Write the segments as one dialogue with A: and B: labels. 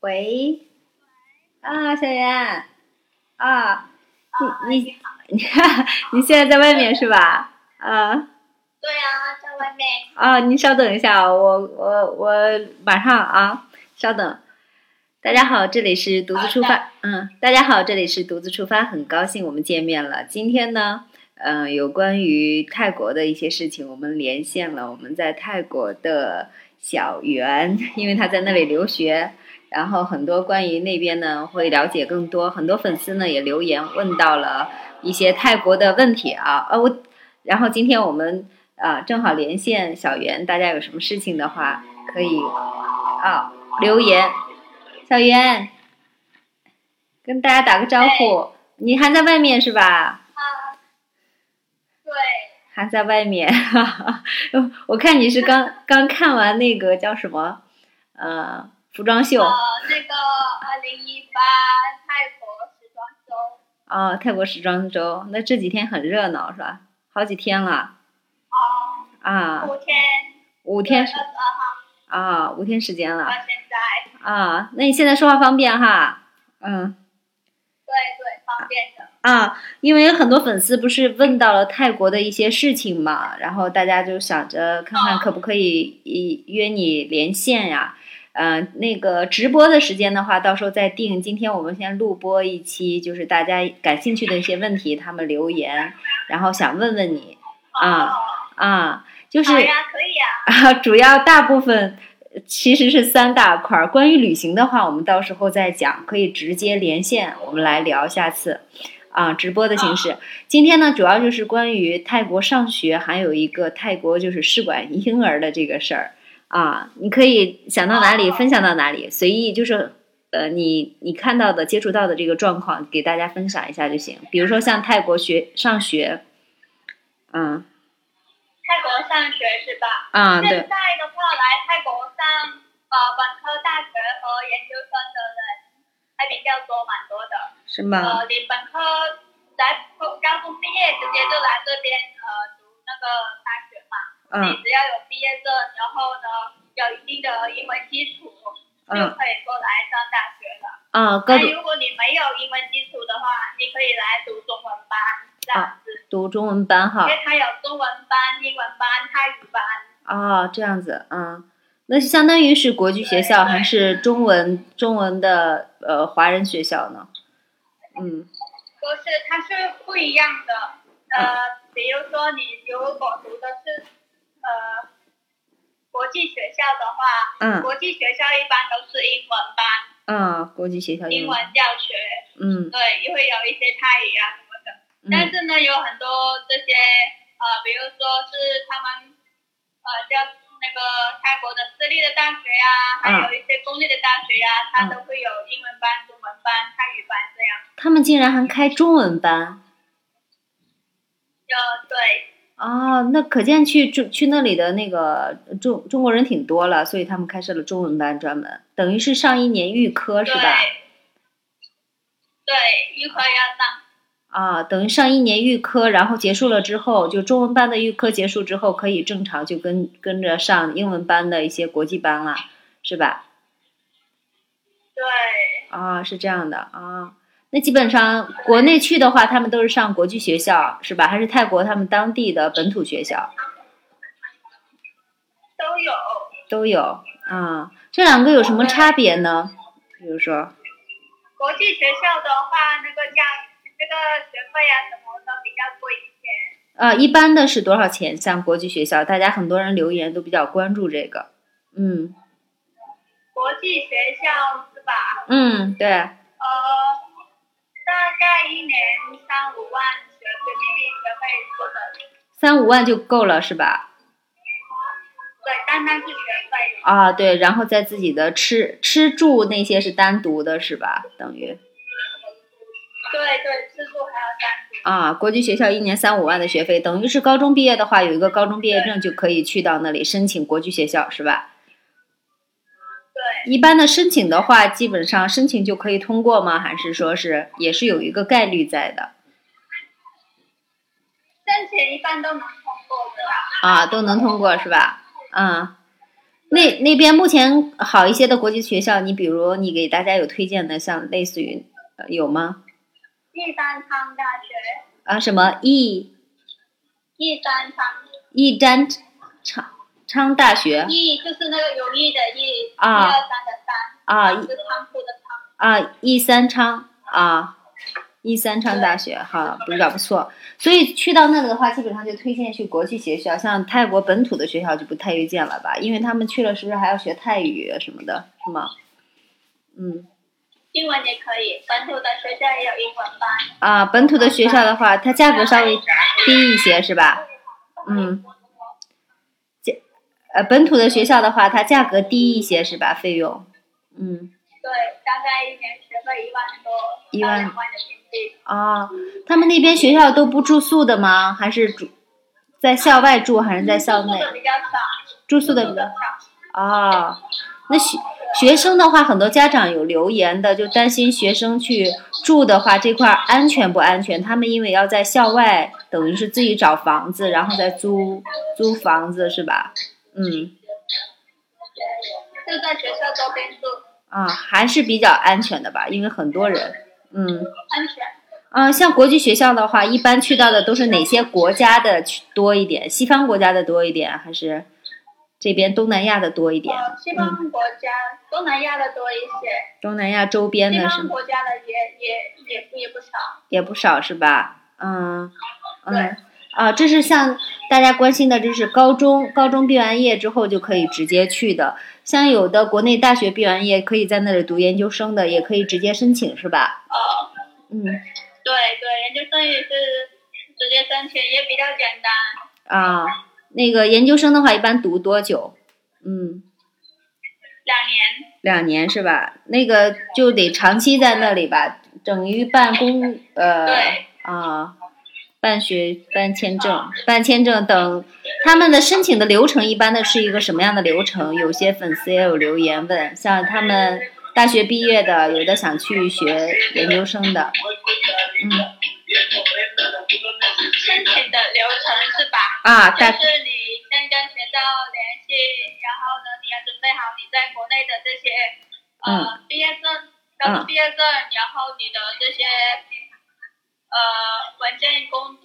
A: 喂，啊，小袁，啊，你你
B: 好。
A: 你现在在外面是吧？啊
B: 对啊，在外面。
A: 啊，你稍等一下，我我我马上啊，稍等。大家好，这里是独自出发。嗯，大家好，这里是独自出发，很高兴我们见面了。今天呢，嗯、有关于泰国的一些事情，我们连线了我们在泰国的小袁，因为他在那里留学。然后很多关于那边呢会了解更多，很多粉丝呢也留言问到了一些泰国的问题啊，呃我，然后今天我们啊、正好连线小袁，大家有什么事情的话可以啊、留言，小袁跟大家打个招呼，你还在外面是吧？
B: 对，
A: 还在外面， 哈哈，我看你是刚刚看完那个叫什么，呃，服装秀。
B: 呃，那个二零一八泰国时装周，
A: 哦，泰国时装周，那这几天很热闹是吧？好几天了
B: 哦、
A: 啊，
B: 五天，
A: 五天时
B: 二十二号
A: 啊，五天时间了
B: 到现在，
A: 啊。那你现在说话方便哈？嗯
B: 对对，方便的。
A: 啊，因为很多粉丝不是问到了泰国的一些事情嘛，然后大家就想着看看可不可以一约你连线呀、嗯、那个直播的时间的话，到时候再定。今天我们先录播一期，就是大家感兴趣的一些问题，他们留言，然后想问问你啊。
B: 哦，
A: 啊，就是
B: 好呀，可以啊。
A: 啊， 主要大部分呃其实是三大块儿。关于旅行的话，我们到时候再讲，可以直接连线，我们来聊下次。啊，直播的形式。今天呢，主要就是关于泰国上学，还有一个泰国就是试管婴儿的这个事儿啊。你可以想到哪里
B: 哦
A: 分享到哪里，随意就是呃，你你看到的、接触到的这个状况，给大家分享一下就行。比如说像泰国学上学，嗯
B: 泰国上学是吧？
A: 啊，对
B: 现，在的话，来泰国上呃本科、大学和研究生的人还比较多，蛮多的。
A: 是吗？
B: 呃，你本科来高高中毕业，直接就来这边呃读那个大学嘛。
A: 嗯
B: 你只要有毕业证，然后呢有一定的英文基础，就
A: 嗯
B: 可以过来上大学了。
A: 啊，高
B: 那
A: 中
B: 如果你没有英文基础的话，你可以来读中文班这
A: 啊
B: 样子，
A: 读中文班哈
B: 因。为它有中文班、英文班、泰语班。
A: 哦，这样子，嗯，那就相当于是国际学校
B: 对对
A: 还是中文中文的呃华人学校呢？嗯
B: 都是它是不一样的。呃，
A: 嗯
B: 比如说你如果读的是呃国际学校的话，
A: 嗯
B: 国际学校一般都是英文班，
A: 啊，国际学校
B: 英
A: 英文，
B: 文教学，
A: 嗯
B: 对，也会有一些泰语啊什么的。但
A: 嗯
B: 是呢，有很多这些呃，比如说是他们呃叫那个泰国的私立的大学呀、
A: 嗯
B: 还有一些公立的大学呀、它都会有英文班、中文班、泰语班这样。
A: 他们竟然还开中文班
B: 就对。
A: 哦，那可见去中去那里的那个中中国人挺多了，所以他们开设了中文班专门，等于是上一年预科是
B: 对，
A: 吧？
B: 对，预科要上，
A: 啊，等于上一年预科，然后结束了之后，就中文班的预科结束之后，可以正常就跟跟着上英文班的一些国际班了，是吧？
B: 对
A: 啊，是这样的啊。那基本上国内去的话，他们都是上国际学校，是吧？还是泰国他们当地的本土学校
B: 都有。
A: 都有啊？这两个有什么差别呢？比如说，
B: 国际学校的话，那个价那个学费啊什么都比较贵一些。
A: 啊，一般的是多少钱？像国际学校，大家很多人留言都比较关注这个。嗯
B: 国际学校是吧？
A: 嗯，对，
B: 呃，大概一年三五万学人民币学费左右。
A: 三五万就够了，是吧？
B: 对，单单是学费。
A: 啊，对，然后在自己的吃吃住那些是单独的，是吧？等于
B: 对对，自助还有单独。
A: 啊，国际学校一年三五万的学费，等于是高中毕业的话，有一个高中毕业证就可以去到那里申请国际学校，是吧？
B: 对，
A: 一般的申请的话，基本上申请就可以通过吗？还是说是也是有一个概率在的
B: 申请一般都能通过的啦。
A: 啊？都能通过是吧？嗯，那那边目前好一些的国际学校，你比如你给大家有推荐的，像类似于呃有吗？
B: 一丹昌大学，
A: 啊，什么易
B: 一丹昌，
A: 易丹昌昌大学
B: 易就是那个有益的益，
A: 啊
B: 一二三的三，
A: 啊
B: 就
A: 易
B: 是仓库的仓，
A: 啊易三昌啊易三昌大学，好比较不错。所以去到那个的话，基本上就推荐去国际学校，像泰国本土的学校就不太推荐了吧，因为他们去了是不是还要学泰语啊什么的，是吗？嗯。
B: 英文也可以，本土的学校也有英文班。
A: 啊，本土的学校的话，它价格稍微低一些，是吧？嗯，呃，本土的学校的话，它价格低一些，是吧？费用，嗯，
B: 对，大概一年学费一万多，
A: 一万
B: 到两万人民币。
A: 啊，他们那边学校都不住宿的吗？还是住在校外住，还是在校
B: 住
A: 内
B: 的比较少，
A: 住宿的
B: 住
A: 比较
B: 的少。
A: 啊，那学学生的话，很多家长有留言的，就担心学生去住的话，这块儿安全不安全？他们因为要在校外，等于是自己找房子，然后再租租房子，是吧？嗯
B: 就在学校周边住，
A: 啊，还是比较安全的吧，因为很多人，嗯
B: 安全。
A: 啊，像国际学校的话，一般去到的都是哪些国家的去多一点？西方国家的多一点，啊还是这边东南亚的多一点？
B: 呃，西方国家、东南亚的多一些，
A: 东南亚周边
B: 西
A: 的是
B: 方国家的也也也也不少。
A: 也不少是吧？嗯，嗯
B: 对
A: 啊，这是像大家关心的，这是高中高中毕完业之后就可以直接去的。像有的国内大学毕完业可以在那里读研究生的，也可以直接申请是吧？
B: 哦，
A: 嗯
B: 对对，研究生也是直接申请，也比较简单。
A: 啊，那个研究生的话一般读多久？嗯，
B: 两年，
A: 两年是吧？那个就得长期在那里吧，等于办公呃。
B: 对，
A: 啊，办学、办签证、办签证等，他们的申请的流程一般的是一个什么样的流程？有些粉丝也有留言问，像他们大学毕业的，有的想去学研究生的，嗯
B: 申请的流程是吧？
A: 啊，
B: 就
A: 大
B: 是你先跟学校联系，然后呢，你要准备好你在国内的这些呃、
A: 嗯
B: 毕业证、高中毕业证，然后你的这些呃文件公证。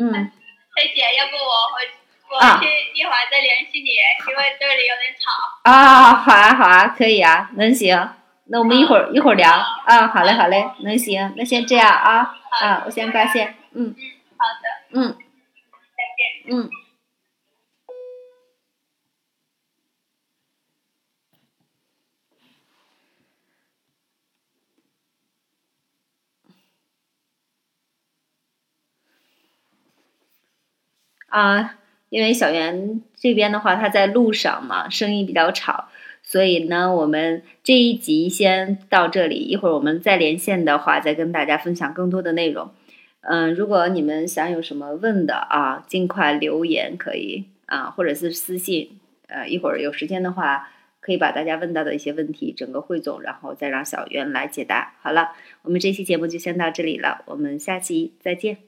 A: 嗯
B: 佩姐，要不我回我
A: 啊
B: 去一会儿再联系你，因为这里有点吵。
A: 啊，好啊好啊，可以啊，能行。那我们一会儿一会儿聊啊，好嘞好嘞，能行，那先这样啊啊，我先挂线，嗯
B: 嗯，好的，
A: 嗯。
B: 再见。
A: 嗯。啊，因为小袁这边的话，他在路上嘛，声音比较吵，所以呢，我们这一集先到这里，一会儿我们再连线的话，再跟大家分享更多的内容。嗯，如果你们想有什么问的啊，尽快留言可以啊，或者是私信。呃，一会儿有时间的话，可以把大家问到的一些问题整个汇总，然后再让小袁来解答。好了，我们这期节目就先到这里了，我们下期再见。